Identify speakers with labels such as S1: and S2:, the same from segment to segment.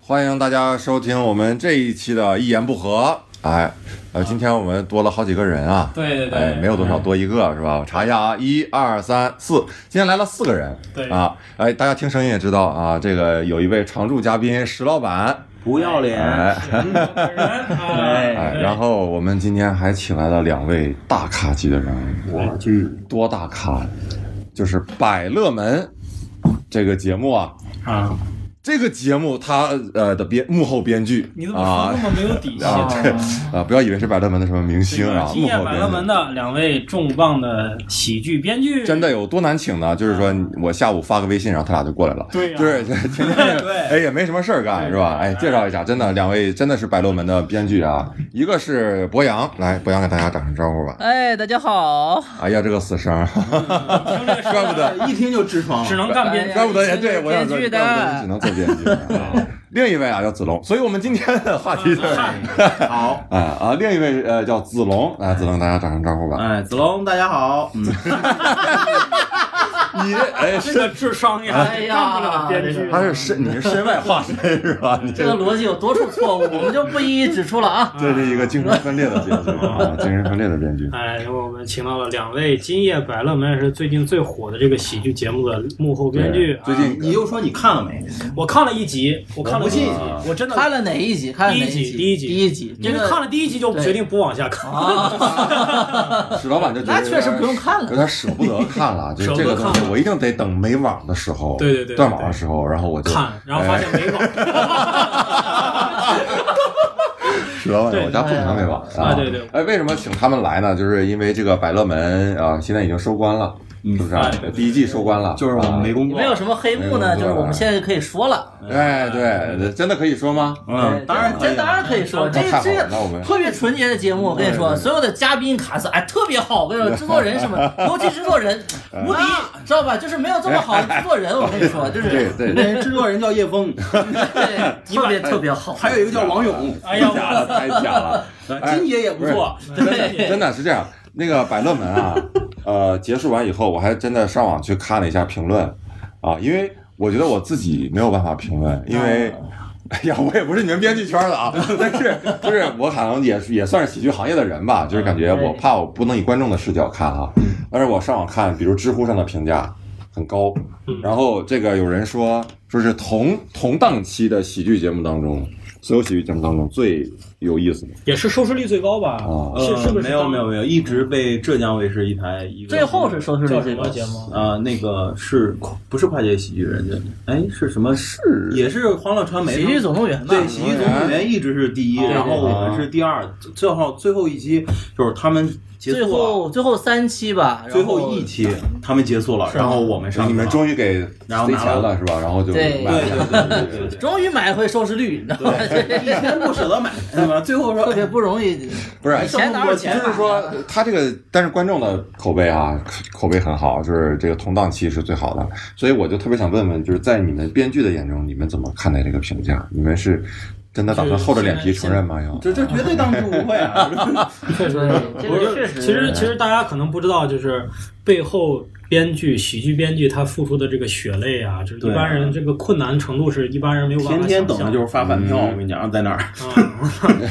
S1: 欢迎大家收听我们这一期的《一言不合》。哎，呃，今天我们多了好几个人啊。
S2: 啊对对对
S1: 哎，没有多少，多一个是吧？我查一下啊，一二三四，今天来了四个人。
S2: 对
S1: 啊，哎，大家听声音也知道啊，这个有一位常驻嘉宾石老板。
S3: 不要脸，
S2: 哎
S1: 哎，然后我们今天还请来了两位大咖级的人物。
S3: 我去，
S1: 多大咖，就是《百乐门》这个节目啊，
S2: 啊，
S1: 这个节目它呃的编幕后编剧
S2: 你怎么
S1: 啊
S2: 说那么没有底气？
S1: 啊这 啊，不要以为是《百乐门》的什么明星啊，
S2: 今
S1: 幕
S2: 夜
S1: 后
S2: 百乐
S1: 编
S2: 门
S1: 剧。
S2: 的两位重磅的喜剧编剧，
S1: 真的有多难请呢？就是说，我下午发个微信，然后他俩就过来了。
S2: 啊对呀
S1: 就是 天天
S2: 对
S1: 哎也没什么事儿干是吧？哎，介绍一下，真的两位真的是《百乐门》的编剧啊，一个是博洋，来，博洋给大家打声招 呼吧。
S4: 哎，大家好，
S1: 哎呀，这个死声，
S2: 听这个声
S1: 怪不 得
S3: 一听就痔疮
S2: 只能干编
S4: 哎
S2: 剧
S4: 呀
S1: 怪不得也对，我想说，怪
S4: 编剧
S1: 不
S4: 的
S1: 得你只能做编剧了。另一位啊叫子龙，所以我们今天的话题是啊
S3: 好。
S1: 啊，另一位呃叫子龙，来子龙，大家打声招呼
S2: 啊
S1: 吧。
S3: 哎，子龙，大家好。嗯，
S1: 你这哎
S2: 这
S1: 是
S2: 个智商呀，
S4: 哎呀
S2: 干不了编剧。
S1: 他是身你是身外化身是吧？你
S4: 这个逻辑有多处错误，我们就不一一指出了啊。
S1: 这是一个精神分裂的编剧啊，精神分裂的编剧。
S2: 哎，我们请到了两位《今夜百乐门》是最近最火的这个喜剧节目的幕后 编剧。
S1: 最
S2: 啊
S1: 近
S3: 你又说你看了没？
S2: 我看了一集，我看了
S3: 我不
S2: 一集
S3: 信，
S2: 我真的
S4: 看了哪一集？看了哪
S2: 第一集
S4: 集？
S2: 第一集嗯
S4: 第一集。
S2: 因为看了第一集就决定不往下看。
S4: 啊，
S1: 史老板就觉得
S4: 那确实不用看
S1: 有
S4: 了。
S1: 点舍不得看了，这
S2: 舍不
S1: 这
S2: 得
S1: 个东西
S2: 看了
S1: 我一定得等没网的时候，
S2: 对对对对
S1: 断网的时候，然后我就
S2: 看，然后发现没
S1: 哎
S2: 网。
S1: 石老板，我家不可能没网
S2: 啊对对
S1: 哎，为什么请他们来呢？就是因为这个百乐门啊，现在已经收官了，是不是啊？第一季收官了，啊
S3: 就是我们没工
S4: 有
S3: 作。
S4: 没有什么黑幕
S3: 哎
S4: 呢？
S1: 没有没有
S4: 就是我
S3: 啊
S4: 们现在可以说了。哎
S1: 哎，对，真的可以说吗？
S3: 嗯，当然可
S4: 这
S3: 以
S4: 当然
S3: 了。
S4: 可以说，
S1: 那
S4: 这
S1: 太好
S4: 这
S1: 了，
S4: 个
S1: 那我们
S4: 特别纯洁的节目，我跟你说，所有的嘉宾卡司哎特别好，我跟你 说，制作人什么，尤其制作人
S3: 啊
S4: 无敌，知道吧？就是没有这么好
S3: 哎
S4: 的制作人，我跟你说，就是
S1: 对对对，
S3: 那制作人叫叶枫，
S4: 对特别特别好。
S3: 还有一个叫王勇，
S2: 哎呀，
S1: 假的太假了，哎
S3: 金姐也不错。
S1: 真的真的是这样。那个百乐门啊，呃，结束完以后，我还真的上网去看了一下评论啊，因为我觉得我自己没有办法评论，因为。哎 呀，我也不是你们编剧圈的啊，但是就是我可能也是也算是喜剧行业的人吧，就是感觉我怕我不能以观众的视角看啊，但是我上网看，比如知乎上的评价很高，然后这个有人说说是同同档期的喜剧节目当中，所有喜剧节目当中最有意思的，
S2: 也是收视率最高吧？
S3: 啊
S1: 哦
S2: 是是不是
S3: 呃嗯没有没有没有，一直被浙江卫视一台一个
S4: 最后是收视率
S2: 叫
S4: 最
S2: 什
S4: 高
S2: 么节目？
S3: 啊，那个是不是跨界喜剧人家？哎，是什么？
S1: 是
S3: 也是欢乐传媒
S4: 喜剧总动员吧？啊
S3: 对，喜剧总动员一直是第一，
S2: 对对对
S3: 然后我们是第二。最后最后一期就是他们结
S4: 最
S3: 束了。
S4: 后啊最后三期吧，然
S3: 最后一期他们结束了，然后我们上
S1: 你们终于给
S3: 然后
S1: 塞
S3: 拿
S1: 钱
S3: 了
S1: 了是吧？然后就
S4: 对
S1: 买了
S3: 对 对对对对
S4: 终于买回收视率，你知道吗？
S3: 对，一天不舍得买，对吧？最后
S4: 特
S3: 说哎
S4: 别不容易。
S1: 不是。
S4: 以前哪有钱买啊
S1: 就是说，他这个，但是观众的口碑啊，口碑很好，就是这个同档期是最好的，所以我就特别想问问，就是在你们编剧的眼中，你们怎么看待这个评价？你们是真的打算厚着脸皮承认吗？要
S3: 这这绝对当之无愧啊！
S4: 对，这个确实。
S2: 其实其实大家可能不知道，就是背后编剧、喜剧编剧他付出的这个血泪啊，就是一
S3: 对啊
S2: 般人这个困难程度是一般人没有办
S3: 天
S2: 法
S3: 天
S2: 想
S3: 等着
S2: 象
S3: 就
S2: 的。
S3: 是发饭票，我跟你讲，在那儿
S2: 嗯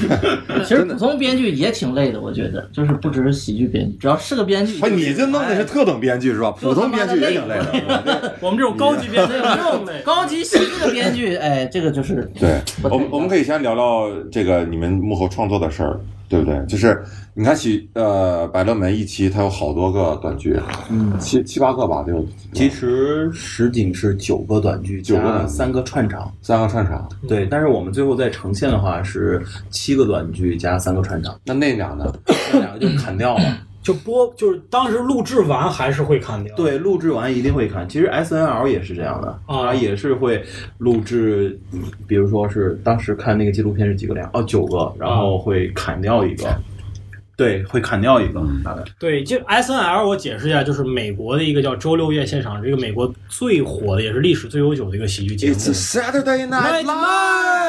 S4: 其实普通编剧也挺累的，我觉得，就是不只是喜剧编剧，只要是个编剧，
S2: 哎
S1: 不，啊你这弄的是特等编剧是吧？普通编剧也挺累的。
S2: 我们这种高级编剧
S4: 对
S2: 不
S4: 哎这
S2: 用
S4: 种
S2: 累。
S4: 高级喜剧的编剧，哎，这个就是
S1: 对，
S4: 不太
S1: 我们
S4: 一样
S1: 我们可以先聊聊这个你们幕后创作的事儿，对不对？就是你看喜呃《百乐门》一期，它有好多个短剧，嗯，七七八个吧，得有
S3: 其实实景是九个短剧，
S1: 九个短
S3: 加
S1: 剧
S3: 三个串场。
S1: 三个串场。
S3: 对，但是我们最后再呈现的话是七个短剧加三个串场，
S1: 那那俩呢？
S3: 这两个就砍掉了。
S2: 就播就是当时录制完还是会看掉。
S3: 对，录制完一定会看。其实 S N L 也是这样的，
S2: 啊
S3: 它也是会录制，嗯比如说是当时看那个纪录片是几个量，哦，九个，然后会砍掉一个。对，会砍掉一个，大概
S2: 对，就 S N L 我解释一下，就是美国的一个叫周六夜现场，这个美国最火的也是历史最悠久的一个喜剧节目。
S1: It's Saturday Night
S2: Night
S1: Live。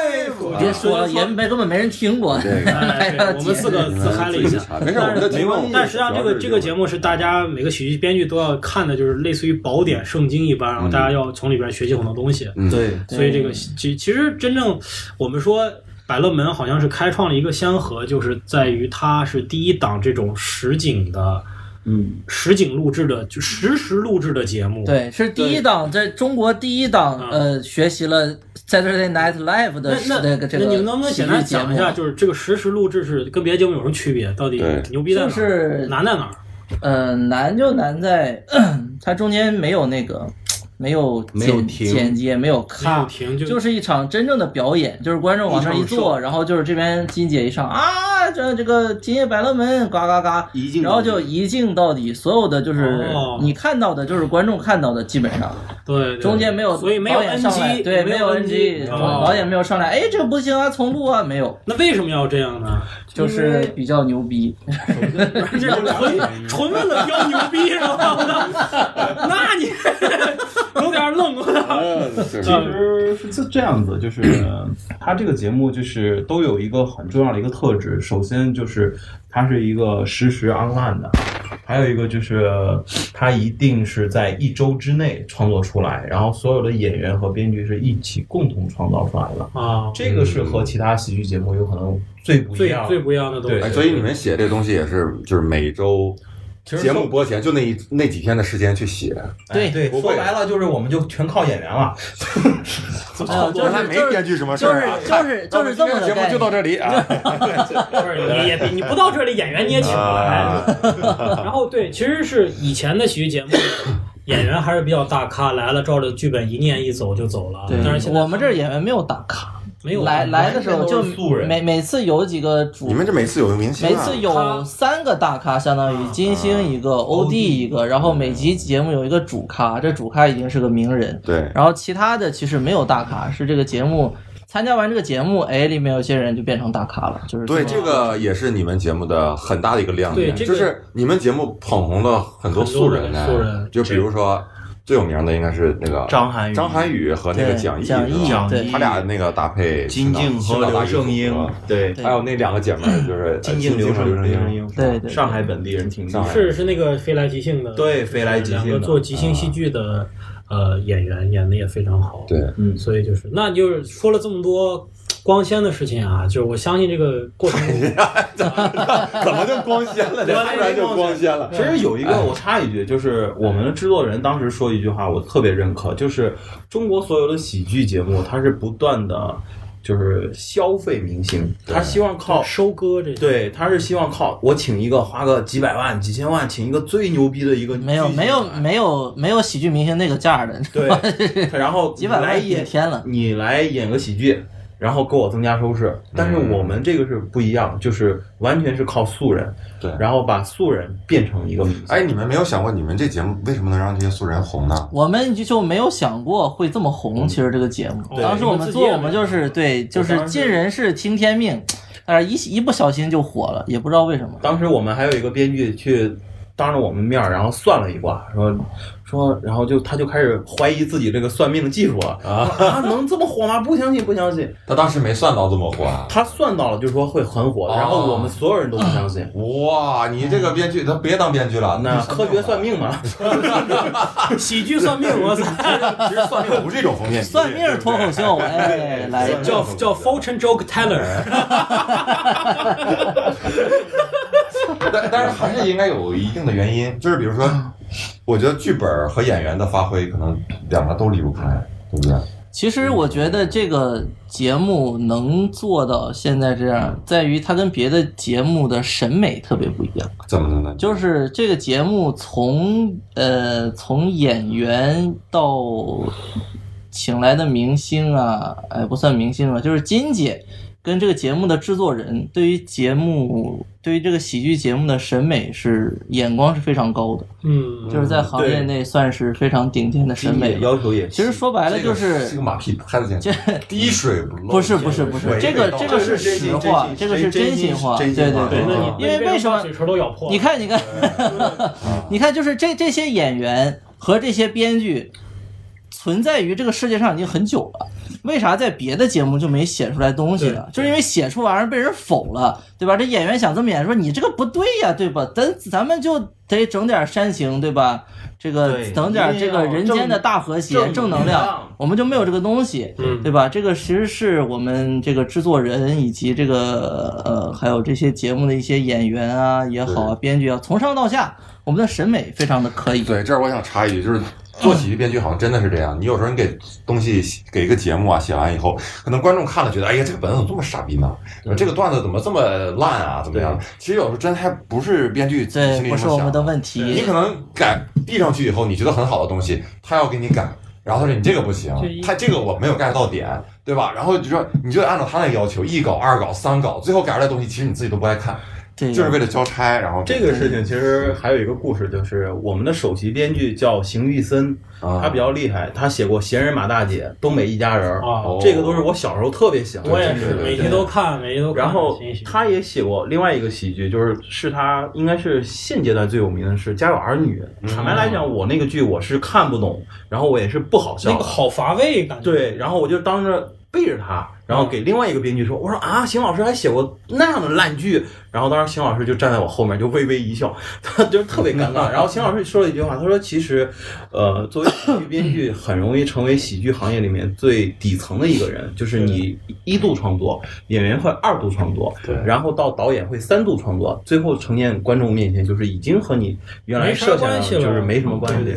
S2: Live
S4: 别说了，也没根本没人听过。
S1: 这个
S2: 哎， 对我们四个自嗨了一下，
S1: 没事，我们的听众。
S2: 但实际上，这个这个节
S1: 目，
S2: 目是大家每个喜剧编剧都要看的，就是类似于宝典、圣经一般，然后
S1: 嗯
S2: 大家要从里边学习很多东西。
S3: 对
S2: 所以这个其其实真正我们说。百乐门好像是开创了一个先河，就是在于它是第一档这种实景的、
S3: 嗯，
S2: 实景录制的、就实时录制的节目。，
S4: 对，是第一档，在中国第一档，呃，学习了 Saturday Night Live
S2: 啊那
S4: 的是
S2: 那
S4: 这个这个
S2: 那你们能不能简单讲一下，
S4: 喜
S2: 就是这个实时录制是跟别的节目有什么区别？到底
S1: 对
S2: 牛逼
S4: 剧节
S2: 在
S4: 目？就
S2: 哪儿？
S4: 是
S2: 难在哪儿？
S4: 呃，难就难在 它中间没有那个，没有
S3: 没有
S4: 剪
S3: 停
S4: 剪接，没有
S2: 没有
S4: 咔，
S2: 停就
S4: 就是一场真正的表演，就是观众往那儿
S3: 一
S4: 一
S3: 场
S4: 坐，然后就是这边金姐一上啊，这这个今夜百乐门，嘎嘎嘎，
S3: 一镜到底
S4: 然后就一镜到底，所有的就是
S2: 哦
S4: 你看到的，就是观众看到的，基本上
S2: 对，对
S4: 中间没有，
S2: 所以没有
S4: 导演上来
S2: NG，
S4: 对，没
S2: 有
S4: NG，
S2: 哦
S4: 导演没有上来，哎，这个不行啊，重录啊，没有，
S2: 那为什么要这样 呢？
S4: 就是比较牛逼，
S2: 哦这
S4: 啊
S2: 是纯纯为了标牛逼是吧？ 我操那你 有点愣，我操！
S1: 嗯是
S3: 其实是这这样子，就是呃它这个节目就是都有一个很重要的一个特质，首先就是它是一个实时 online 的，还有一个就是它一定是在一周之内创作出来，然后所有的演员和编剧是一起共同创造出来的，
S2: 啊，
S3: 这个是和其他喜剧节目有可能最不一
S2: 最
S3: 样的。
S2: 最不一样的东
S1: 哎，
S2: 西
S3: 对。
S1: 所以你们写这东西也是，就是每周节目播前就那一那几天的时间去写，
S3: 哎对，
S1: 不
S3: 说
S1: 会
S3: 白了就是我们就全靠演员了。
S4: 没有，就
S1: 我还
S4: 是
S1: 没
S4: 就是
S1: 编剧什么事
S4: 哎就
S1: 儿
S4: 是
S1: 啊。
S4: 就是就是这么
S1: 那我们今天的
S4: 个
S1: 节
S4: 概
S1: 目就到
S4: 念。
S1: 这里啊。
S2: 不是你也你不到这里，演员你也请
S1: 啊
S2: 不
S3: 啊
S2: 来。
S4: 哎
S2: 然后对，其实是以前的喜剧 节目，演员还是比较大咖，来了照着剧本一念一走就走了。但是现在
S4: 我们这儿演员没有打卡，
S2: 没有
S4: 来来的时候就
S3: 完全都是素人
S4: 每每次有几个主
S1: 你，们这每次有个明星啊，
S4: 每次有三个大咖，相
S1: 啊
S4: 当于金星一个，OD 一个，然后每集节目有一个主咖，这主咖已经是个名人，
S1: 对，
S4: 然后其他的其实没有大咖，是这个节目参加完这个节目，哎，里面有些人就变成大咖了，就是
S1: 对，
S4: 么
S1: 这个也是你们节目的很大的一个亮点，
S2: 对这个
S1: 就是你们节目捧红了很多素人呢，
S2: 很多人素人
S1: 就比如说最有名的应该是那个
S5: 张涵予
S1: 张涵予和那个
S4: 对
S1: 蒋毅，
S4: 蒋毅
S1: 是吧
S4: 对
S1: 他俩那个搭配，
S5: 金靖和刘正英，对，
S4: 对
S1: 还有那两个姐妹儿就是呃
S5: 金靖
S1: 靖
S5: 刘
S1: 和
S5: 正
S1: 刘正英，
S5: 英，
S4: 对对对
S5: 上海本地人挺厉
S1: 上海
S5: 害，
S2: 是是那个飞来即兴的，
S5: 对飞来即兴的
S2: 两个做即兴戏
S3: 啊
S2: 剧的呃演员演的也非常好。
S1: 对，
S3: 嗯
S2: 所以就是，那就是说了这么多光鲜的事情啊，就是我相信这个过程 中，
S1: 怎么就光鲜了？这突然就光鲜了。
S3: 其实有一个，我插一句，就是我们的制作人当时说一句话，我特别认可，就是中国所有的喜剧节目，它是不断的，就是消费明星，他希望靠。
S2: 收割这些。
S3: 对，他是希望靠我请一个花个几百万、几千万，请一个最牛逼的一个
S4: 没有
S3: 巨星
S4: 没有没有没有喜剧明星那个价的，
S3: 对，然后
S4: 几百万
S3: 你来
S4: 顶
S3: 演
S4: 天了
S3: 你来演个喜剧，然后给我增加收视。但是我们这个是不一样，就是完全是靠素人，
S1: 对
S3: 然后把素人变成一个明星。
S1: 哎，你们没有想过，你们这节目为什么能让这些素人红呢？
S4: 我们就就没有想过会这么
S1: 嗯
S4: 红。其实这个节目，
S2: 对
S4: 当时我
S2: 你们
S4: 们做，
S2: 自己也没有
S4: 我们就是对，就是尽人事听天命，但是一一不小心就火了，也不知道为什么。
S3: 当时我们还有一个编剧去当着我们面儿，然后算了一卦，说说，然后就他就开始怀疑自己这个算命的技术了啊，能这么火吗？不相信，不相信。
S1: 他当时没算到这么火啊！
S3: 他算到了，就说会很火，然后我们所有人都不相
S1: 啊
S3: 信。
S1: 哇，你这个编剧，他别当编剧了，
S3: 那科学算命嘛，
S2: 喜剧算命，我操，
S1: 其实算命不是一种封建迷信
S4: 算命脱口秀，哎，来一个
S2: 叫 叫 fortune joke teller，
S1: 但但是还是应该有一定的原因，就是比如说，我觉得剧本和演员的发挥可能两个都离不开，对不对？
S4: 其实我觉得这个节目能做到现在这样，在于它跟别的节目的审美特别不一样。
S1: 怎么的呢？
S4: 就是这个节目从呃从演员到请来的明星啊，哎不算明星了，就是金姐，跟这个节目的制作人对于节目对于这个喜剧节目的审美是眼光是非常高的，
S2: 嗯，
S4: 就是在行业内算是非常顶尖的审美。
S3: 要求也
S4: 其实说白了就
S1: 这
S4: 是
S1: 个马屁拍得见，
S4: 这
S1: 滴水不漏。
S4: 不是不是不是，这个这个是实话，
S3: 这
S4: 这个
S3: 个是
S4: 是真
S3: 真
S4: 心
S3: 心
S4: 话，
S3: 话
S4: 对
S3: 真
S4: 对
S3: 心话
S2: 对，那
S4: 对
S2: 你。
S4: 因为为什么
S2: 把嘴唇都咬破了？
S4: 你看，你看， 你看，就是这这些演员和这些编剧存在于这个世界上已经很久了，为啥在别的节目就没写出来东西呢？就是因为写出玩意儿被人否了，对吧？这演员想这么演，说你这个不对呀、对吧？咱咱们就得整点煽情，对吧？这个
S3: 对
S4: 整点这个人间的大和谐、
S3: 正
S4: 正能
S3: 正能
S4: 量
S3: 量，
S4: 我们就没有这个东西。
S2: 嗯，
S4: 对吧？这个其实是我们这个制作人以及这个呃，还有这些节目的一些演员啊也好啊，编剧啊，从上到下，我们的审美非常的可以。
S1: 对，这儿我想插一句， 就是做喜剧编剧好像真的是这样。你有时候你给东西给一个节目啊，写完以后，可能观众看了觉得，哎呀，这个本子怎么这么傻逼呢？这个段子怎么这么烂啊？怎么样？其实有时候真还不是编剧
S4: 这
S1: 心里
S4: 不
S1: 这么
S4: 是我们
S1: 想
S4: 的问
S1: 你
S4: 题，
S1: 可能改递上去以后，你觉得很好的东西，他要给你改，然后他说你这个不行
S2: 就一，
S1: 他这个我没有 get 到点，对吧？然后就说你就按照他那要求，一稿、二稿、三稿，最后改出来的东西其实你自己都不爱看，
S3: 嗯
S4: 对，
S1: 就是为了交差，然后
S3: 这个事情其实还有一个故事，就是我们的首席编剧叫邢玉森，
S1: 啊
S3: 他比较厉害，他写过《闲人马大姐》《东北一家人》
S2: 啊，
S3: 这个都是我小时候特别喜欢的。
S2: 我也是
S1: 对对
S2: 每集都看，每集都看。
S3: 然后
S2: 行行
S3: 他也写过另外一个喜剧，就是是他应该是现阶段最有名的是《家有儿女》。坦白来讲，我那个剧我是看不懂，然后我也是不好笑
S2: 那
S3: 的。
S2: 个好乏味感觉。
S3: 对，然后我就当着背着他，然后给另外一个编剧说：“我说啊，邢老师还写过那样的烂剧。”然后当时邢老师就站在我后面，就微微一笑，他就特别尴尬。然后邢老师说了一句话，他说：“其实，呃，作为喜剧编剧，很容易成为喜剧行业里面最底层的一个人，就是你一度创作，演员会二度创作，
S2: 对
S3: 然后到导演会三度创作，最后呈现观众面前，就是已经和你原来
S2: 没啥
S3: 设想的
S2: 关系了
S3: 就是没什么关系。”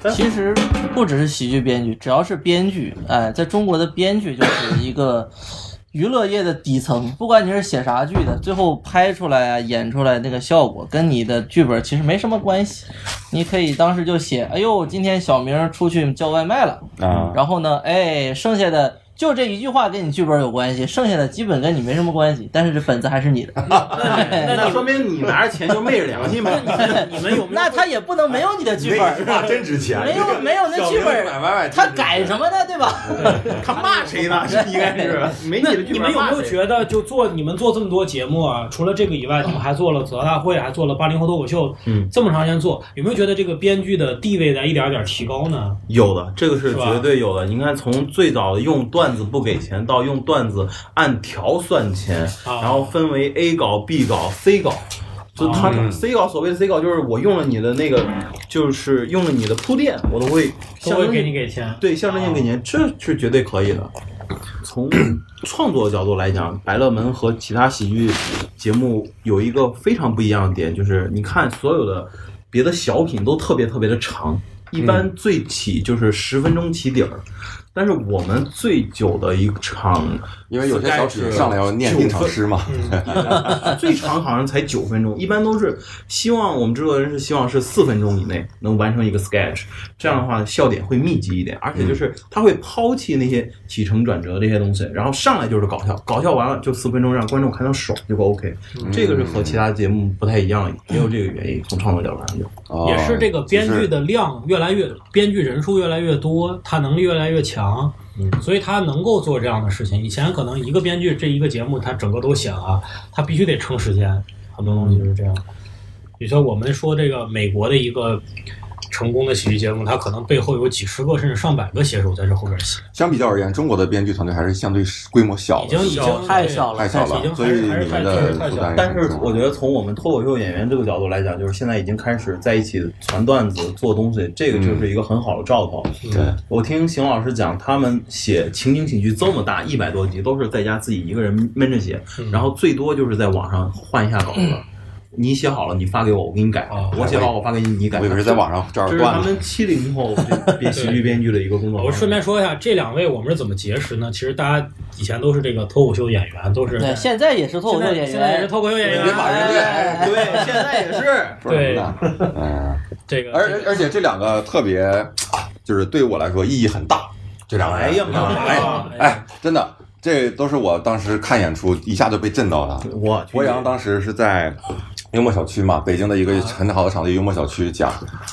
S2: 对，
S4: 其实不只是喜剧编剧，只要是编剧，哎，在中国的编剧就是一个娱乐业的底层，不管你是写啥剧的，最后拍出来啊、演出来那个效果，跟你的剧本其实没什么关系。你可以当时就写，哎呦，今天小明出去叫外卖了，
S1: 啊，
S3: 嗯
S4: 然后呢，哎，剩下的。就这一句话跟你剧本有关系，剩下的基本跟你没什么关系，但是这本子还是你的。
S3: 那说明你拿着钱就昧着良心吧。
S2: 你们有没有？
S4: 那他也不能没有你的剧
S1: 那句
S4: 本，
S1: 话真值钱，
S4: 没有没有那剧本，
S1: 买买买，
S4: 他改什么呢？对吧？
S3: 他骂谁呢？这应该是没你的
S2: 你们有没有觉得，就做你们做这么多节目啊？除了这个以外，你们还做了《择大会》，还做了《八零后脱口秀》，
S3: 嗯，
S2: 这么长时间做，有没有觉得这个编剧的地位在一点儿一点儿提高呢？
S3: 有的，这个是
S2: 是吧
S3: 绝对有的。你看，从最早的用段子不给钱，到用段子按条算钱，
S2: 啊
S3: 然后分为 A 稿、B 稿、C 稿。就他
S1: 嗯
S3: C 稿，所谓的 C 稿，就是我用了你的那个，就是用了你的铺垫，我都会
S2: 都
S3: 象
S2: 会
S3: 征
S2: 给你
S3: 性
S2: 给钱。
S3: 对象征性给钱，这是绝对可以的。从创作角度来讲，百乐门和其他喜剧节目有一个非常不一样的点，就是你看所有的别的小品都特别特别的长，一般最起就是十分钟起底儿。但是我们最久的一场，
S1: 因为有些小品上来要念定场诗嘛，
S3: 最长好像才九分钟，一般都是希望我们制作人是希望是四分钟以内能完成一个 sketch，这样的话笑点会密集一点，而且就是他会抛弃那些起承转折这些东西，然后上来就是搞笑，搞笑完了就四分钟让观众看到爽就 OK，这个是和其他节目不太一样，也有这个原因，从创作角度上讲，
S1: 哦
S2: 也是这个编剧的量越来越，编剧人数越来越多，他能力越来越强，所以他能够做这样的事情。以前可能一个编剧这一个节目他整个都写了，他必须得撑时间，很多东西是这样。比如说我们说这个美国的一个成功的喜剧节目，它可能背后有几十个甚至上百个写手在这后边写，
S1: 相比较而言，中国的编剧团队还是相对规模小
S2: 已经
S1: 的，
S2: 已经
S4: 太小了
S1: 太小
S2: 已经
S1: 了，所
S2: 还
S1: 以
S2: 是
S1: 你
S2: 还是太
S1: 们
S2: 确
S1: 的
S2: 实太
S1: 负
S2: 小
S1: 担。
S2: 了
S3: 但是我觉得从我们脱口秀演员这个角度来讲，就是现在已经开始在一起传段子、做东西，这个
S2: 嗯
S3: 就是一个很好的兆头。
S1: 对，
S3: 我听邢老师讲，他们写情景喜剧这么大一百多集，都是在家自己一个人闷着写，
S2: 嗯
S3: 然后最多就是在网上换一下稿子。你写好了，你发给我，我给你改
S2: 哦；
S3: 我写好，我发给你，你改。
S1: 我以为是在网上找点
S3: 这是他
S1: 段子。
S3: 们七零后这 编喜剧编剧的一个工作
S2: 我
S3: 方式。
S2: 顺便说一下，这两位我们是怎么结识呢？其实大家以前都是这个脱口秀演员，都是
S4: 对，现在也是脱口秀演
S2: 现在也是
S4: 员，
S2: 脱口秀演员
S1: 别，把人家哎
S3: 对，现在 也是。
S1: 不是那 嗯，
S2: 这个
S1: 而而且这两个特别，就是对我来说意义很大。这两个人，啊
S3: 哎呀妈呀
S1: 哎哎，真的，这都是我当时看演出一下就被震到了。
S3: 我去
S1: 博洋当时是在幽默小区嘛，北京的
S3: 啊
S1: 一个很好的场地幽默小区讲，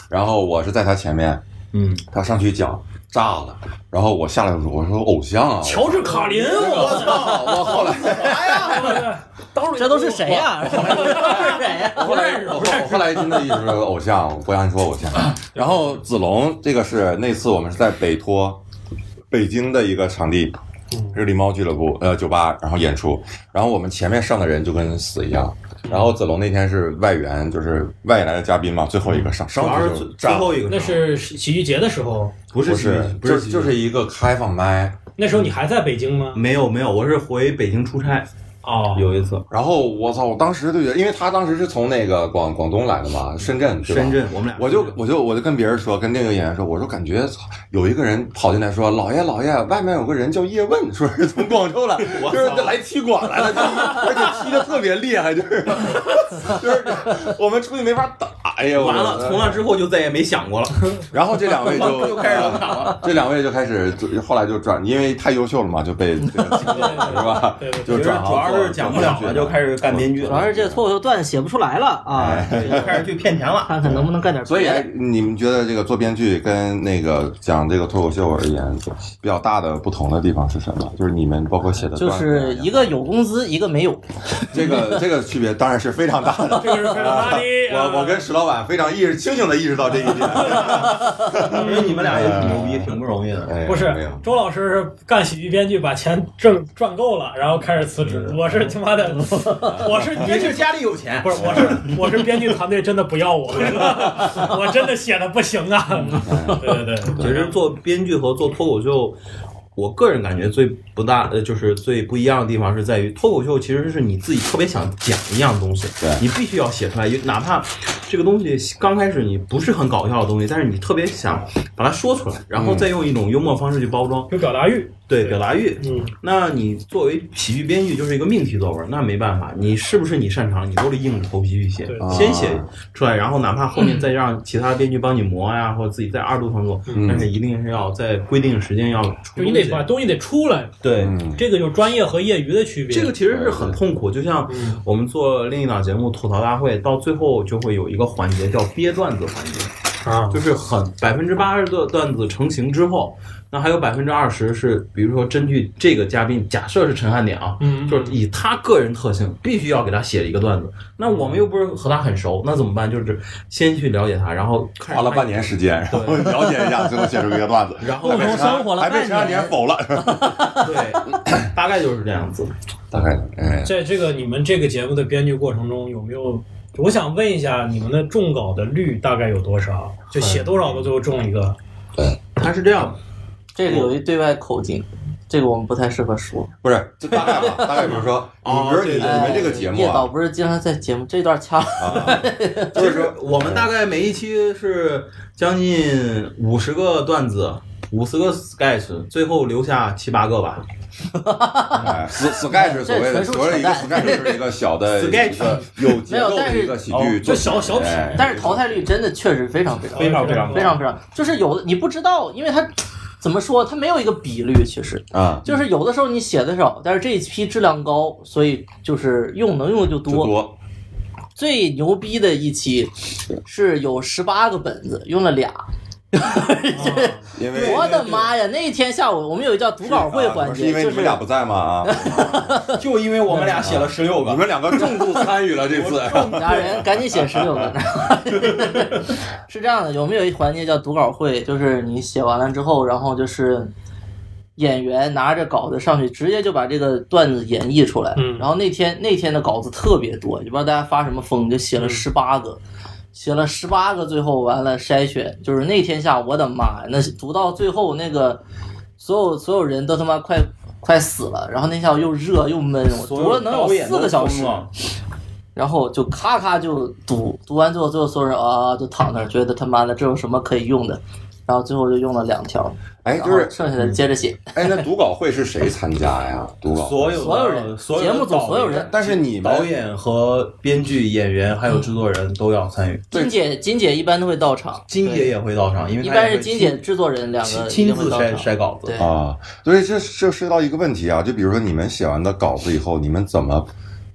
S1: 然后我是在他前面，
S3: 嗯，
S1: 他上去讲炸了，然后我下来我说偶像啊，
S2: 乔治卡林，我操！
S1: 我后来
S2: 哎当时
S4: 这都是 谁？呀？这都是谁呀？
S1: 我后来我我后来真的一直是偶像，我不想说偶像。然后子龙这个是那次我们是在北托，北京的一个场地，
S3: 嗯
S1: 是狸猫俱乐部呃酒吧，然后演出，然后我们前面上的人就跟死一样。然后子龙那天是外援，就是外来的嘉宾嘛，最后一个上，
S3: 嗯主
S1: 上
S3: 要
S1: 去
S3: 是
S1: 就
S3: 最
S1: 炸
S3: 最后一个
S2: 那是喜剧节的时候，
S3: 不是
S1: 不
S3: 喜剧
S1: 是
S3: 不
S1: 就是
S3: 喜剧
S1: 就是一个开放麦，
S2: 那时候你还在北京
S1: 嗯
S2: 吗？
S3: 没有没有，我是回北京出差
S2: 哦，
S3: 有一次，
S1: 然后我操，我当时就觉得，因为他当时是从那个广广东来的嘛，深圳，对吧
S3: 深。圳我们俩
S1: 我就我就我就跟别人说，跟另一个演员说，我说感觉操有一个人跑进来说，老爷老爷，外面有个人叫叶问，说是从广州来，就是来踢馆来了，而且踢的特别厉害，就是就是我们出去没法打，哎呀，我
S3: 完了，从那之后就再也没想过了。
S1: 然后这两位就 呃
S3: 又开始冷
S1: 这两位就开始就后来就转，因为太优秀了嘛，就被这个清点了是吧
S2: 对对？对
S1: 就
S3: 其实
S1: 转行
S3: 主要
S1: 做
S3: 是讲不了了，就开始干编剧
S4: 主要
S3: 了，
S4: 是这脱口秀段写不出来 了啊，
S3: 对，就开始去骗钱了。
S4: 看看能不能干点
S1: 所以
S4: 别的。
S1: 哎你们觉得这个做编剧跟那个讲这个脱口秀而言，比较大的不同的地方是什么？就是你们包括写的
S4: 就
S1: 段子啊
S4: 是一个有工资，一个没有。
S1: 这个这个区别当然是非常大 的。
S2: 这个是非啊常大的。
S1: 我我跟石老板非常意识清醒的意识到这 一点，
S3: 因为你们俩也挺牛逼，挺不容易的。
S1: 哎
S2: 不
S1: 没有
S2: 是周老师是干喜剧编剧，把钱挣赚够了，然后开始辞
S1: 嗯
S2: 职。我是他妈的， 我是编剧，
S3: 家里有钱，
S2: 不是我是 我是编剧团队真的不要我，我真的写的不行啊。
S1: 嗯
S2: 对对对，
S3: 其实做编剧和做脱口秀，我个人感觉最不大，呃，就是最不一样的地方是在于脱口秀其实是你自己特别想讲一样东西，
S1: 对
S3: 你必须要写出来，哪怕这个东西刚开始你不是很搞笑的东西，但是你特别想把它说出来，然后再用一种幽默方式去包装，
S2: 有表达欲，
S3: 对表达欲。
S2: 嗯，
S3: 那你作为喜剧编剧就是一个命题作文，那没办法，你是不是你擅长，你都得硬着头皮去写
S2: 对，嗯
S3: 先写出来，然后哪怕后面再让其他编剧帮你磨呀，或者自己再二度创作，但是一定是要在规定时间要出
S2: 就
S3: 东
S2: 你
S3: 西。
S2: 得把东西得出来，
S3: 对，
S1: 嗯
S2: 这个就是专业和业余的区别。
S3: 这个其实是很痛苦，就像
S2: 嗯
S3: 我们做另一档节目《吐槽大会》，到最后就会有一个环节叫憋段子环节，
S2: 啊，
S3: 就是很百分之八十的段子成型之后，那还有百分之二十是，比如说根据这个嘉宾，假设是陈汉典啊，
S2: 嗯
S3: 就是以他个人特性，必须要给他写一个段子。那我们又不是和他很熟，那怎么办？就是先去了解他，然后看
S1: 花了半，年时间，然后了解一下，最后写出一个段子，
S3: 然后
S4: 共同生活了
S1: 还被
S4: 半
S1: 陈二年
S4: 年，
S1: 否 了，
S3: 对，大概就是这样子。
S1: 大概哎，
S2: 在这个你们这个节目的编剧过程中，有没有？我想问一下，你们的中稿的率大概有多少？就写多少个，最后中一个？
S3: 他是这样，
S4: 这个有一对外口径，这个我们不太适合说。
S1: 不是，就大概吧，大概比如 说，你
S3: 哦
S1: 比如你你们这个
S4: 哎
S1: 节目
S4: 叶导
S1: 啊，
S4: 不是经常在节目这段掐了，
S1: 就
S3: 其
S1: 是
S3: 实
S1: 说
S3: 我们大概每一期是将近五十个段子。五十个 sketch，最后留下七八个吧。
S1: 哎，sketch 是所谓的
S4: 这纯属
S1: 所谓的一个
S4: 扯
S1: sketch 就是一个小的
S3: Sketch
S1: 一个有节奏
S4: 没有但
S1: 的
S4: 是
S1: 一个喜
S3: 哦
S1: 剧作品，
S2: 就小小品
S1: 哎
S4: 但是淘汰率真的确实非常非常
S3: 非常非常
S2: 哦
S4: 非常非常，就是有的你不知道，因为它怎么说，它没有一个比率，其实
S1: 啊，
S4: 就是有的时候你写的少，但是这一批质量高，所以就是用能用的就
S1: 就多
S4: 最牛逼的一期是有十八个本子，用了俩。
S1: 因为
S4: 我的妈呀！那一天下午我们有一叫读稿会环
S1: 是
S4: 节，
S1: 因为
S4: 就
S1: 你们
S4: 是
S1: 俩不在嘛啊，
S3: 就因为我们俩写了十六
S1: 你，们两个重度参与了这次，啊
S4: 俩人赶紧写十六个。 是这样的，我们有一环节叫读稿会，就是你写完了之后，然后就是演员拿着稿子上去，直接就把这个段子演绎出来。
S2: 嗯
S4: 然后那天那天的稿子特别多，也不知道大家发什么疯，就写了十八个。写了十八个，最后完了筛选，就是那天下，我的妈呀，那读到最后那个，所有所有人都他妈快快死了，然后那下午又热又闷，我读了能有四个小时，然后就咔咔就读，读完之后，最后所有人啊就躺那儿，觉得他妈的这有什么可以用的？然后最后就用了两条，
S1: 哎，
S4: 然
S1: 就
S4: 后
S1: 是
S4: 剩下
S3: 嗯
S4: 的接着写。
S1: 哎，那读稿会是谁参加呀？读稿，
S3: 所有的
S4: 所有人
S3: 所有
S4: 节
S3: 的
S4: 目组
S3: 导
S4: 所有
S3: 演
S4: 人
S1: 但是你们
S3: 导演和编剧、演员还有
S4: 嗯
S3: 制作人都要参与。
S1: 对
S4: 金姐，金姐一般都会到场，
S3: 金姐也会到场，因为
S4: 一
S3: 她
S4: 般
S3: 也
S4: 是
S3: 会
S4: 金
S3: 亲
S4: 姐制作人两
S3: 亲
S4: 个一
S3: 亲
S4: 定会
S3: 自
S4: 到
S3: 筛
S4: 场
S3: 筛稿子
S4: 对。
S1: 啊，所以这这涉及到一个问题啊，就比如说你们写完的稿子以后，你们怎么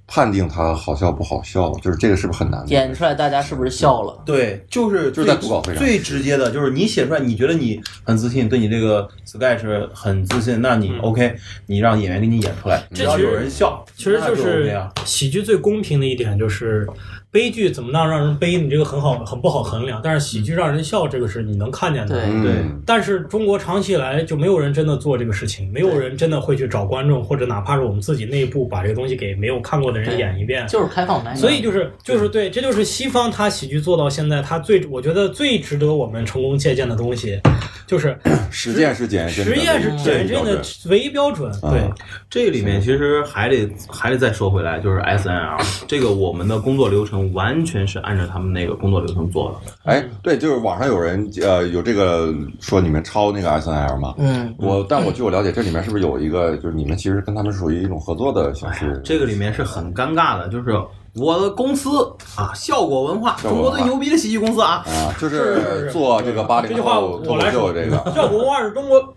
S1: 判定它好笑不好笑？就是这个是不是很难的？
S4: 演出来大家是不是笑了？
S3: 对，就是
S1: 就是
S3: 最
S1: 在读稿会上
S3: 最直接的，就是你写出来，你觉得你很自信，对你这个 sketch 很自信，那你
S2: 嗯
S3: OK，你让演员给你演出来，
S2: 这
S3: 只要
S2: 其实
S3: 有人笑，
S2: 其实
S3: 那
S2: 就
S3: 就 OK
S2: 是
S1: 嗯
S3: 啊。
S2: 喜剧最公平的一点就是，悲剧怎么让让人悲，你这个很好很不好衡量。但是喜剧让人笑，这个是你能看见的。
S4: 对
S1: 嗯
S3: 对
S2: 但是中国长期以来就没有人真的做这个事情，没有人真的会去找观众，或者哪怕是我们自己内部把这个东西给没有看过的人
S4: 对
S2: 演一
S3: 嗯
S2: 遍。
S4: 就是开放麦嘛，
S2: 所以就是就是对，这就是西方他喜剧做到现在，他最我觉得最值得我们成功借鉴的东西，就是
S1: 实践是检验真理
S2: 实
S1: 的
S2: 验是
S1: 唯一
S2: 检验
S1: 标
S2: 真
S1: 准
S2: 的唯一标准。
S1: 啊
S2: 对，
S3: 这里面其实还得还得再说回来，就是 S N L 这个我们的工作流程完全是按照他们那个工作流程做的。
S1: 哎，
S2: 嗯
S1: 对，就是网上有人呃有这个说你们抄那个 S N L 嘛。
S4: 嗯，
S1: 我，但我据我了解，这里面是不是有一个，就是你们其实跟他们属于一种合作的形
S2: 哎
S1: 式？
S3: 这个里面是很尴尬的，就是我的公司啊，效果文化，
S1: 效果文化
S3: 中国最牛逼的喜剧公司啊，
S1: 啊，就是
S2: 是
S1: 是
S2: 是
S1: 做这个八
S2: 这
S1: 零
S2: 句话
S1: 后
S2: 我
S1: 脱口
S2: 来
S1: 秀
S2: 说
S1: 这 个，
S2: 效果文化是 中国，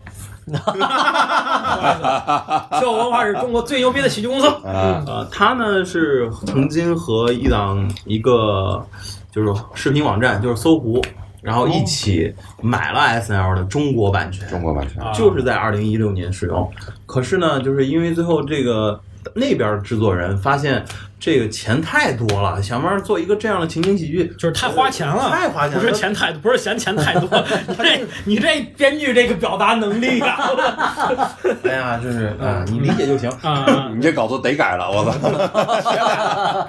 S2: 效果文化是中国最牛逼的喜剧公司。
S1: 啊，
S3: 呃，他呢是曾经和一档一个就是视频网站，就是搜狐，然后一起买了 S N L 的中国版权，
S1: 中国版权，
S3: 就是在二零一六年使用。可是呢，就是因为最后这个那边制作人发现这个钱太多了，想办法做一个这样的情景喜 剧，
S2: 就是太花钱了，
S3: 太花钱了
S2: 不是钱太多，不是嫌钱太多，你这你这编剧这个表达能力啊，
S3: 哎呀， 就是啊、你理解就行。
S2: 啊，
S1: 你这稿子得改了，我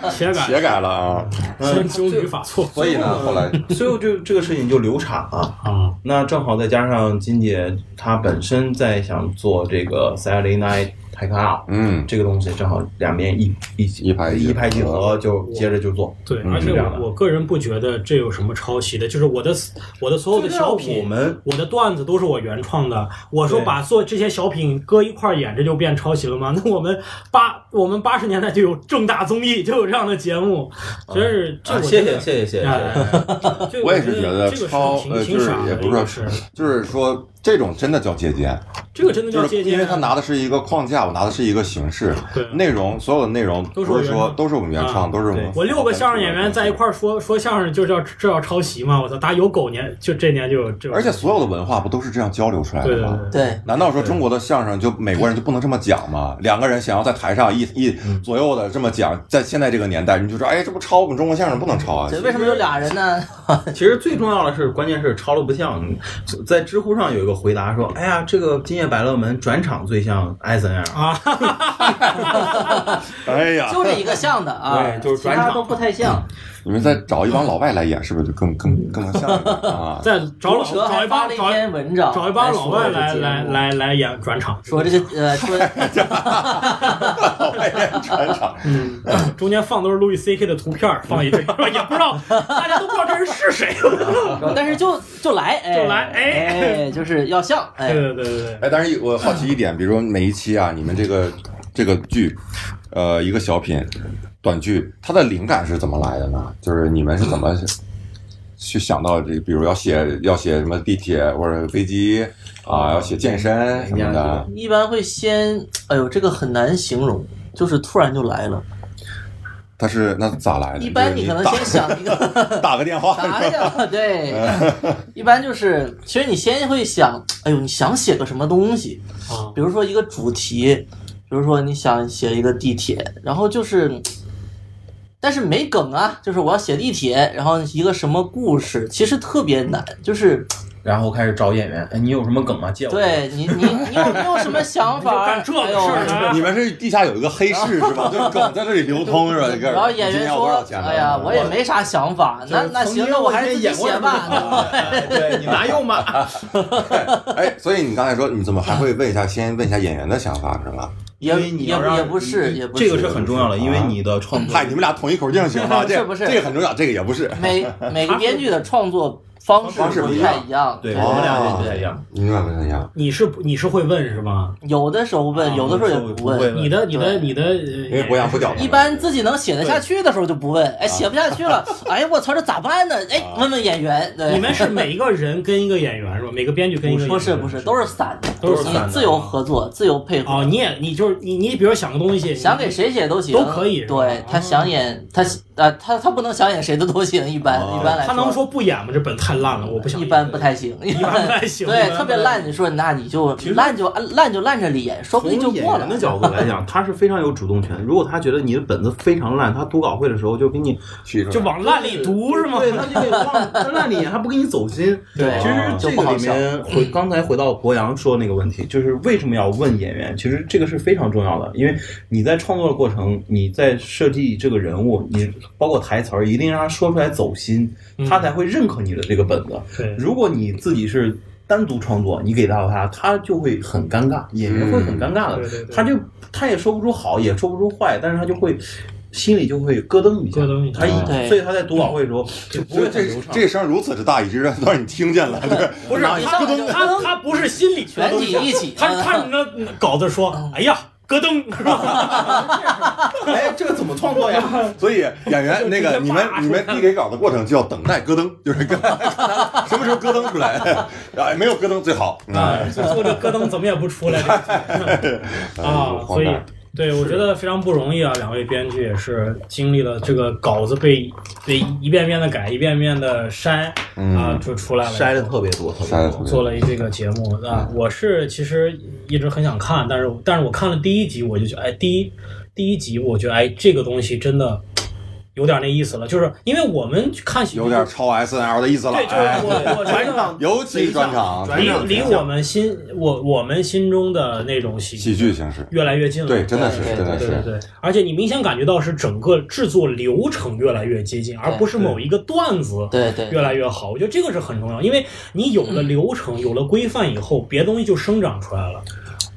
S1: 操，
S2: 写感
S1: 写改了啊！
S2: 先纠语法错
S1: 所以呢，后来
S3: 最后就这个事情就流产了。
S2: 啊，
S3: 那正好再加上金姐她本身在想做这个 Saturday Night t a k e Out，
S1: 嗯，
S3: 这个东西正好两边一一起
S1: 一拍即合
S3: 一拍即合，就接着就做。
S2: 对，
S1: 嗯
S2: 而且
S3: 是这样的
S2: 我我个人不觉得这有什么抄袭的，就是我的我的所有的小
S3: 这个我
S2: 品。
S3: 们啊
S2: 我的段子都是我原创的，我说
S3: 对
S2: 把做这些小品搁一块儿演，这就变抄袭了吗？那我们八我们八十年代就有正大综艺，就有这样的节目，真是这
S3: 啊
S2: 我
S3: 谢
S2: 觉得
S3: 谢谢谢谢谢
S2: 哎
S3: 谢。
S2: 这
S1: 我也是觉得
S2: 这个
S1: 抄
S2: 是挺
S1: 呃
S2: 挺
S1: 就是
S2: 傻
S1: 也
S2: 的
S1: 不是
S2: 一个事儿
S1: 就是说这种真的叫借鉴，
S2: 这个真的
S1: 就
S2: 叫
S1: 是
S2: 借
S1: 因
S2: 鉴
S1: 为他
S2: 啊，
S1: 拿的是一个框架，我拿的是一个形式，
S2: 对
S1: 内容所有的内容
S2: 都是
S1: 不是
S2: 我原
S1: 说
S2: 创
S1: 都是我们原创，
S2: 啊
S1: 都是我们
S3: 对
S2: 我六个相声演员在一块儿说说相声，就叫这叫抄袭嘛！我操，打有狗年就这年就有这，
S1: 而且所有的文化不都是这样交流出来
S2: 对
S1: 的
S2: 对
S1: 吗？
S2: 对，
S4: 对，
S1: 难道说中国的相声就美国人就不能这么讲吗？两个人想要在台上一一
S4: 嗯
S1: 左右的这么讲，在现在这个年代，你就说哎，这不抄我们中国相声不能抄啊
S4: 这？为什么有俩 人呢？
S3: 其实最重要的是，关键是抄了不像。在知乎上有一个回答说：“哎呀，这个《今夜百乐门》转场最像艾森啊尔。”
S1: 哎呀，
S4: 就这一个像的啊，
S3: 对就是
S4: 其
S3: 转场
S4: 他都不太像。
S1: 你们再找一帮老外来演，是不是就更更更能像 一点啊？
S2: 再找老
S4: 毒蛇
S2: 找
S4: 还
S2: 一
S4: 发
S2: 帮
S4: 了一
S2: 找一
S4: 篇文章，
S2: 找一帮老外来来
S4: 来
S2: 来来演转场，
S4: 说这个呃说
S1: 老外演船长，
S2: 嗯，中间放都是 Louis C K 的图片儿，放一堆，也不知道大家都不知道这人是谁，
S4: 但是就就来，哎、
S2: 就来哎
S4: 哎，就是要像，
S2: 对
S4: 哎，
S2: 对对对对，
S1: 哎，但是我好奇一点，比如说每一期啊，你们这个这个剧，呃，一个小品、短剧，它的灵感是怎么来的呢？就是你们是怎么去想到这，比如要写要写什么地铁或者飞机啊，要写健身什么的？
S4: 一般会先，哎呦，这个很难形容，就是突然就来了。
S1: 它是那咋来的？
S4: 一般
S1: 就是
S4: 你可能
S1: 打
S4: 先想一个
S1: 打个电话，
S4: 答呀，对，一般就是，其实你先会想，哎呦，你想写个什么东西，
S2: 啊，
S4: 比如说一个主题，比如说你想写一个地铁，然后就是，但是没梗啊，就是我要写地铁，然后一个什么故事，其实特别难，就是
S3: 然后开始找演员，哎，你有什么梗啊？借我。，
S4: 对你你你有没有什么想法？
S2: 干这个
S4: 哎
S2: 事
S4: 呦
S2: 儿呢
S1: 你们是地下有一个黑市是吧？就是梗在这里流通是吧？一个
S4: 然后演
S1: 今天
S4: 员
S1: 要多
S4: 说
S1: 少：“钱呢？
S4: 哎呀，我也没啥想法，那那行，那我还是自己写吧。
S3: 对你拿用吧。
S1: 哎，所以你刚才说你怎么还会问一下，先问一下演员的想法是吧？”
S4: 也
S3: 因为你
S4: 也
S3: 要
S4: 不
S3: 让
S4: 也不是，
S3: 你
S4: 也不
S3: 这个是很重要的，因为
S1: 啊
S3: 你的创作
S1: 嗨，你们俩统一口径行吗？这
S4: 是不是
S1: 这个很重要，这个也不是。
S4: 每每个编剧的创作方
S1: 方式
S4: 不
S1: 不一
S4: 太
S1: 样
S4: 一样。
S3: 对，
S4: 对
S3: 我们
S1: 哦
S3: 俩人不太一样。
S1: 明白不太一样，
S2: 你是不你是会问是吗？
S4: 有的时候问，
S3: 啊
S4: 有的时候
S3: 有的
S4: 也
S3: 时
S4: 不
S3: 候不会
S4: 问。
S2: 你的你的你的，因
S1: 因为博洋不屌他们
S4: 一般自己能写得下去的时候就不问，哎，写不下去了，哎呀，我操，这咋办呢？哎，问问演员。对
S2: 你们是 每一个人跟一个演员是吧？每个编剧跟一个演员
S4: 不是不是都是散的，
S2: 都是散的啊
S4: 你自由合作，自由配合，
S2: 哦，你也你就是你你比如想个东西，
S4: 想给谁写都行，
S2: 都可以是吧啊
S4: 对他想演他呃他他不能想演谁的都行，一般
S1: 哦
S4: 一般来
S2: 他能说不演吗？这本太烂了，我不想
S4: 一
S2: 演。
S4: 般不太行，一
S2: 般不太行一般
S4: 对，
S2: 不太
S4: 特别烂，你说那你就
S3: 其实
S4: 烂就烂就烂着理演，说不
S3: 从
S4: 定就
S3: 演
S4: 过
S3: 员
S4: 了
S3: 的。角度来讲，他是非常有主动权。如果他觉得你的本子非常烂，他读稿会的时候就给你
S1: 去
S2: 就往烂里读是吗？
S3: 对，他就给忘，他烂你还不给你走心。
S4: 对啊
S3: 其实
S4: 就
S3: 这
S4: 不
S3: 个
S4: 好
S3: 里
S4: 笑
S3: 面回刚才回到博洋说那个问题，就是为什么要问演员？其实这个是非常重要的，因为你在创作的过程，你在设计这个人物，你包括台词儿，一定让他说出来走心，
S2: 嗯
S3: 他才会认可你的这个本子。
S2: 对
S3: 如果你自己是单独创作，你给到他，他就会很尴尬，演员会很尴尬的，
S2: 嗯对对对
S3: 他就他也说不出好，也说不出坏，但是他就会心里就会咯噔一下，
S2: 咯噔一下
S3: 他一
S4: 对
S3: 所以他在读稿会的时候就不
S1: 所以
S3: 会很
S1: 这
S3: 流畅。
S1: 这声如此之大，以至于让你听见了，对，
S2: 不是
S4: 哪一
S2: 他
S4: 上来就
S2: 他他不是心里
S4: 全体一起嗯
S2: 他
S1: 嗯
S2: 看着那稿子说，哎呀，咯噔是吧？
S3: 哎，这个怎么创作呀？
S1: 所以演员那个你们你们递给稿的过程就要等待咯噔，就是跟 什么时候咯噔出来，啊，没有咯噔最好啊。
S2: 啊，最后这咯噔怎么也不 出来
S1: 嗯
S2: 啊，所以。对，我觉得非常不容易啊！两位编剧也是经历了这个稿子被被一遍遍的改，一遍遍的筛
S1: 嗯
S2: 啊，就出来了。
S3: 筛的特别多，特别
S1: 筛得特
S3: 多
S1: 别。
S2: 做了一这个节目啊，
S1: 嗯
S2: 我是其实一直很想看，但是但是我看了第一集，我就觉得哎，第一第一集我觉得哎，这个东西真的有点那意思了，就是因为我们看喜剧
S1: 有点超 S N L 的意思了，
S2: 对，就是
S1: 哎，
S2: 我 我觉得
S1: 尤其专场
S3: 转
S2: 离
S3: 场
S2: 离我们心我我们心中的那种喜
S1: 喜
S2: 剧
S1: 剧形式，
S2: 越来越近了，
S1: 对，真的是，
S4: 对
S1: 真的
S2: 对对
S1: 是，
S2: 对，而且你明显感觉到是整个制作流程越来越接近，而不是某一个段子
S4: 对对，
S2: 越来越好。我觉得这个是很重要，因为你有了流程，有了规范以后，别的东西就生长出来了。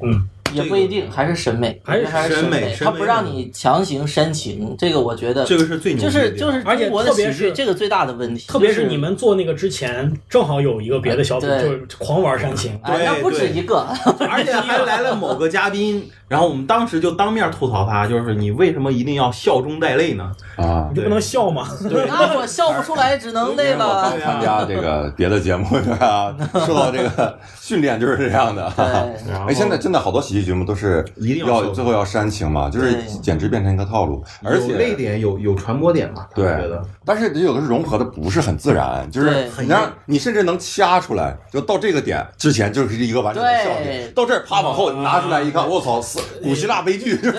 S2: 嗯，
S4: 也不一定，还是审美，
S2: 还是
S4: 还是
S3: 审美
S4: 美，
S3: 审
S4: 他
S3: 美
S4: 不让
S3: 的
S4: 你强行煽情，这个我觉得
S3: 这个是最牛逼的
S4: 就是
S3: 地
S4: 就
S3: 方
S4: 是
S2: 而且
S4: 中国的
S2: 特别
S4: 喜剧
S2: 是
S4: 这个最大的问题，
S2: 特别
S4: 就是
S2: 你们做那个之前，正好有一个别的小组
S4: 对
S2: 就是狂玩煽情，
S4: 哎，那
S3: 对
S4: 不止
S3: 对
S4: 一个，
S3: 而且还来了某个嘉宾，然后我们当时就当面吐槽他，就是你为什么一定要笑中带泪呢？
S1: 啊。
S2: 你就不能笑吗？
S3: 对
S4: 那我笑不出来，只能那
S1: 我刚。
S4: 个
S1: 参加这个别的节目，对 吧？受到这个训练就是这样的。
S4: 对，
S3: 然后
S1: 哎，现在真的好多喜剧节目都是
S3: 一定要
S1: 要
S3: 秀
S1: 最后要煽情嘛，就是
S4: 对
S1: 简直变成一个套路，而
S3: 有泪
S1: 且
S3: 点有有传播点嘛？
S1: 对
S3: 我觉得
S1: 但是有的是融合的不是很自然，就是
S4: 对
S1: 你让你甚至能掐出来，就到这个点之前就是一个完整的笑
S4: 对
S1: 点，到这儿啪往后拿出来一看，我操，是古希腊悲剧，
S4: 对，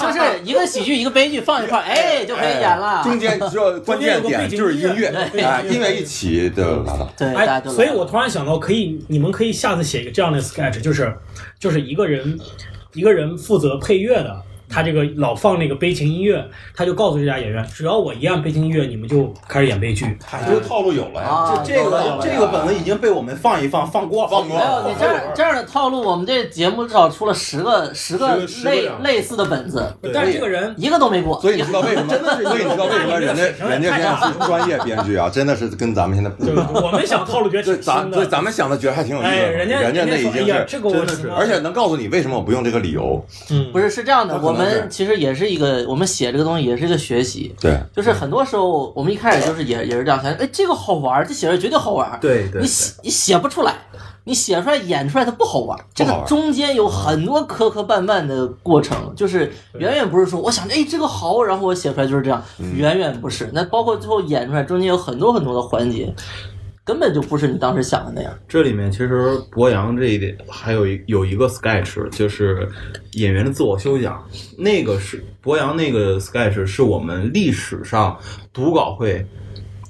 S4: 就是一个喜剧，一个悲剧放一块儿，哎，就可以演了。
S1: 中间只要关键点就是音乐，哎，音乐一起就拿到。
S4: 对，大家
S2: 哎，
S4: 都来
S2: 所以我突然想到，可以，你们可以下次写一个这样的 sketch，就是就是一个人一个人负责配乐的。他这个老放那个悲情音乐，他就告诉这家演员，只要我一按悲情音乐，你们就开始演悲剧。
S1: 哎，这个套路有了呀，
S4: 啊，
S3: 这
S4: 有了有
S3: 个
S4: 了
S3: 这个本子已经被我们放一放，放过
S1: 放过
S4: 没有你这样这样的套路，我们这节目至少出了十个十个
S3: 十个
S4: 类
S3: 这样
S4: 类似的本子，
S3: 对
S2: 但是这个 人
S4: 一个都没过。
S1: 所以你知道为什么？所以你知道为什么人家人家现在是专业编剧啊，真的是跟咱们现在不一
S2: 就
S1: 样。
S2: 我们想套路觉得
S1: 对，
S2: 挺
S1: 咱
S2: 新
S1: 对
S2: 的，
S1: 咱们想的觉得还挺有意思
S2: 哎，
S1: 的，
S2: 人家
S1: 人家那
S2: 人家
S1: 已
S2: 说，哎
S1: 经
S2: 呀，
S1: 是，
S2: 这个我
S3: 真的
S2: 知
S3: 是
S2: 道
S1: 而且能告诉你为什么我不用这个理由。
S2: 嗯
S4: 不是是这样的，
S1: 可
S4: 我
S1: 能是
S4: 们其实也是一个，我们写这个东西也是一个学习，
S1: 对，
S4: 就是很多时候我们一开始就是也也是这样想，哎，这个好玩儿，这写着绝对好玩儿。
S3: 对对
S4: 你写你写不出来，你写出来演出来它不好玩儿，这
S1: 好
S4: 个
S1: 玩儿
S4: 中间
S3: 嗯
S4: 有很多磕磕绊绊的过程，就是远远不是说我想着哎这个好，然后我写出来就是这样，
S3: 嗯
S4: 远远不是。那包括最后演出来，中间有很多很多的环节。根本就不是你当时想的那样，
S3: 这里面其实博洋这一点还有一有一个 sketch，就是演员的自我修养。那个是博洋那个 sketch 是我们历史上读稿会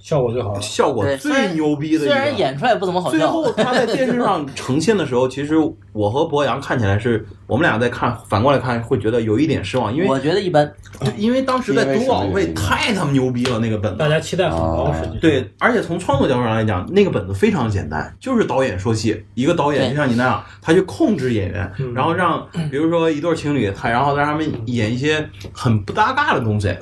S2: 效果最好了。
S3: 效果
S4: 对虽然
S3: 最牛逼的一
S4: 虽
S3: 个。
S4: 然演出来不怎么好
S3: 最
S4: 笑，
S3: 后他在电视上呈现的时候，其实我和博洋看起来是我们俩在看，反过来看会觉得有一点失望，因
S4: 我
S3: 为
S4: 觉得一般。
S3: 就因为当时在读稿
S1: 因为什么原
S3: 会
S1: 因
S3: 太他妈牛逼了那个本
S2: 大
S3: 子。
S2: 家期待很高，实际上
S3: 对，而且从创作角度上来讲，那个本子非常简单，就是导演说戏，一个导演
S4: 对
S3: 就像你那样，他去控制演员，
S2: 嗯
S3: 然后让比如说一对情侣，他然后让他们演一些很不搭嘎的东西，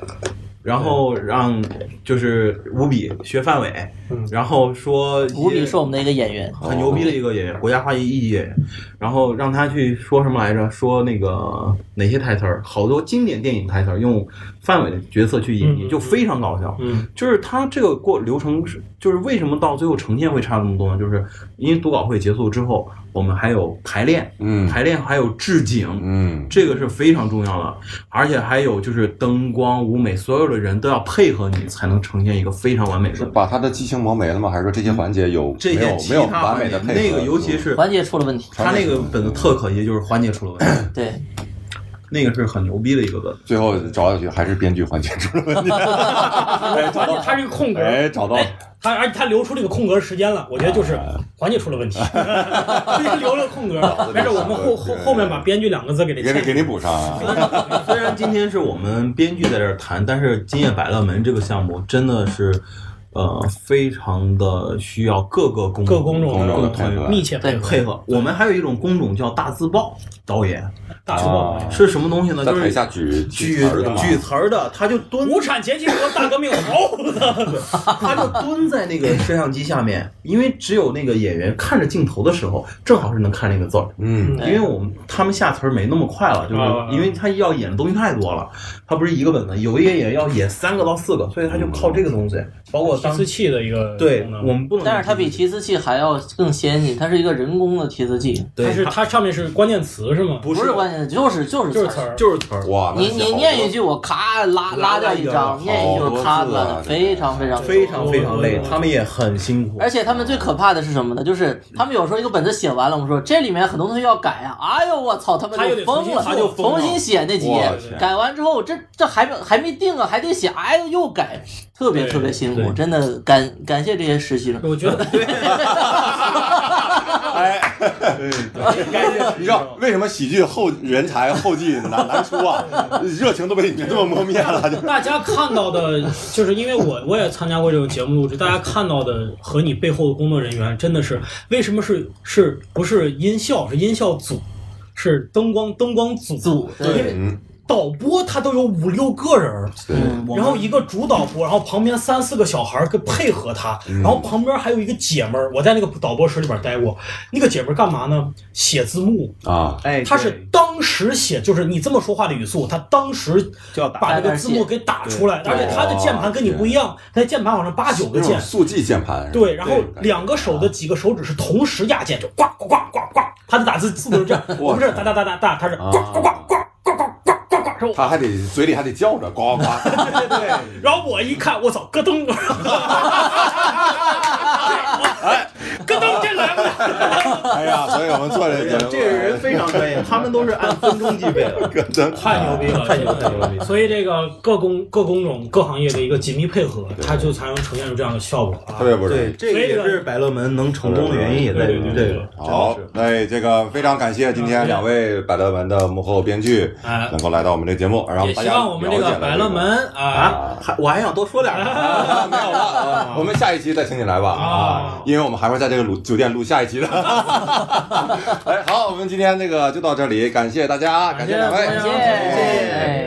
S3: 然后让就是吴比学范伟
S2: 嗯，哦
S3: 然后说
S4: 吴比是我们的一个演员，
S3: 很牛逼的一个演员，国家话剧一级演员，然后让他去说什么来着？说那个哪些台词儿，好多经典电影台词儿用范伟的角色去演
S2: 嗯
S3: 绎，就非常搞笑。
S2: 嗯，
S3: 就是他这个过流程是，就是为什么到最后呈现会差那么多呢？就是因为读稿会结束之后，我们还有排练，
S1: 嗯
S3: 排练还有置景，
S1: 嗯
S3: 这个是非常重要的，而且还有就是灯光、舞美，所有的人都要配合你，才能呈现一个非常完美
S1: 是
S3: 的。
S1: 把他的激情磨没了吗？还是说这些环节有
S3: 这
S1: 没
S3: 些
S1: 有
S3: 其
S1: 没有
S3: 他
S1: 完美的
S3: 环节
S1: 配合？嗯
S3: 那个尤其是
S4: 环节出了问题。
S3: 他那个本子特可惜，就是环节出了问 题，
S4: 对，
S3: 那个是很牛逼的一个本子。
S1: 最后找下去还是编剧环节出了问题。哎，找
S2: 而且
S1: 到
S2: 它是一个空格，
S1: 哎，找到
S2: 它而且它留出这个空格时间了，我觉得就是环节出了问题，它留了空格。没事，我们后后后面把“编剧”两个字给它
S1: 给你
S2: 嵌
S1: 给你补上啊。
S3: 虽然今天是我们编剧在这儿谈，但是《今夜百乐门》这个项目真的是，呃，非常的需要各个工
S2: 各嗯工种
S1: 工种的
S2: 的
S1: 配合
S2: 密切配合，
S3: 配合。我们还有一种工种叫大字报导演，
S2: 大粗暴
S1: 啊
S3: 是什么东西呢？
S1: 在
S3: 就
S1: 台
S3: 是
S1: 下举
S3: 举
S1: 词儿的嘛，
S3: 举词儿的，他就 蹲
S2: 无产阶级和大革命 好
S3: 他就蹲在那个摄像机下面，因为只有那个演员看着镜头的时候，正好是能看那个字儿。
S1: 嗯
S3: 因为我们他们下词儿没那么快了，就
S2: 哎啊
S3: 是因为他要演的东西太多了，他不是一个本子，有一个演员要演三个到四个，所以他就靠这个东西，
S2: 嗯
S3: 包括
S2: 提
S3: 当
S2: 词器的一个
S3: 对
S2: 功能
S3: 我们不能，
S4: 但是它比提词器还要更先进，它是一个人工的提词器，
S2: 它
S3: 对
S2: 是它上面是关键词是吗？
S3: 不
S4: 不
S3: 是
S4: 是关键，就是就是
S2: 就是
S4: 词
S2: 词
S4: 儿
S2: 儿，
S3: 就是词儿，
S1: 哇，那
S4: 你
S1: 写
S4: 你
S1: 好
S4: 念
S1: 多
S4: 一句，我咔拉
S3: 拉
S4: 拉掉
S3: 一
S4: 一
S3: 个
S4: 张，念一句
S1: 好
S4: 我
S1: 多
S4: 咔
S1: 字
S4: 拉
S1: 啊
S4: 掉，
S1: 这
S4: 非
S1: 个
S4: 常非常
S3: 非常非常累
S2: 哦，
S3: 他们也很辛苦
S4: 而。且他们最可怕的是什么呢？就是他们有时候一个本子写完了，我们说这里面很多东西要改啊，哎呦我操，他们
S2: 他又
S4: 就
S2: 得重
S4: 疯
S2: 新
S4: 了，
S2: 他就
S3: 疯了
S4: 重新写那几页
S1: 我去，
S4: 改完之后这这还没还没定啊，还得写，哎呦又改，特别
S2: 对
S4: 特别辛苦，
S3: 对
S4: 真的感感谢这些实习生。
S2: 我觉得
S1: 哎，你知道为什么喜剧后人才后继难难出 啊？热情都被你们这么磨灭了，就
S2: 大家看到的，就是因为我我也参加过这种节目录制，大家看到的和你背后的工作人员真的是，为什么是是不是音效是音效组，是灯光灯光组
S4: 组对
S2: 因为导播他都有五六个人儿，
S1: 对
S3: 嗯我们
S2: 然后一个主导播，然后旁边三四个小孩儿跟配合他，
S1: 嗯
S2: 然后旁边还有一个姐们儿，我在那个导播室里边待过，那个姐们儿干嘛呢？写字幕，
S1: 啊，
S3: 哎，
S2: 她是
S3: 对
S2: 当时写，就是你这么说话的语速，她当时
S3: 就要打
S2: 把那个字幕给打出来，而且她的键盘跟你不一样，她的键盘好像八九个
S1: 那种
S2: 键，
S1: 速记键盘是吧，
S2: 对，然后
S1: 感觉
S2: 两个手的几个手指是同时压键，就呱呱呱呱呱，她的打字速度是 这样，我不是哒哒哒哒哒，她是
S1: 啊
S2: 呱呱呱呱呱呱呱呱呱，然后
S1: 他还得嘴里还得叫着 呱呱呱，
S2: 然后我一看，我操，咯噔，咯噔，这来了，
S1: 哎呀，所以我们做这
S3: 这个人非常专业，他们都是按分钟计费的。
S1: 个真
S2: 太牛逼了，太牛逼了！所以这个各工各工种各行业的一个紧密配合，它就才能呈现出这样的效果 啊
S1: 特！别不容易
S3: 对，。这个也是百乐门能成功的原因，也在
S2: 对
S3: 于
S2: 对对
S3: 这
S2: 对
S3: 个。
S1: 好，那这个非常感谢今天两位百乐门的幕后编剧
S2: 哎
S1: 能够来到我们这节目，然后
S2: 也
S1: 大
S2: 希
S1: 家
S2: 望我们这
S1: 了解
S2: 个
S1: 了
S2: 百乐门啊，
S3: 啊，还我还想多 说点儿呢。
S1: 啊 没有了，啊我们下一期再请你来吧
S2: 啊
S1: 啊，因为我们还会在这个录酒店录下一 期的。哎，好，我们今天这个就到这里，感谢大家，感谢两位，
S2: 感谢
S4: 谢谢
S1: 哎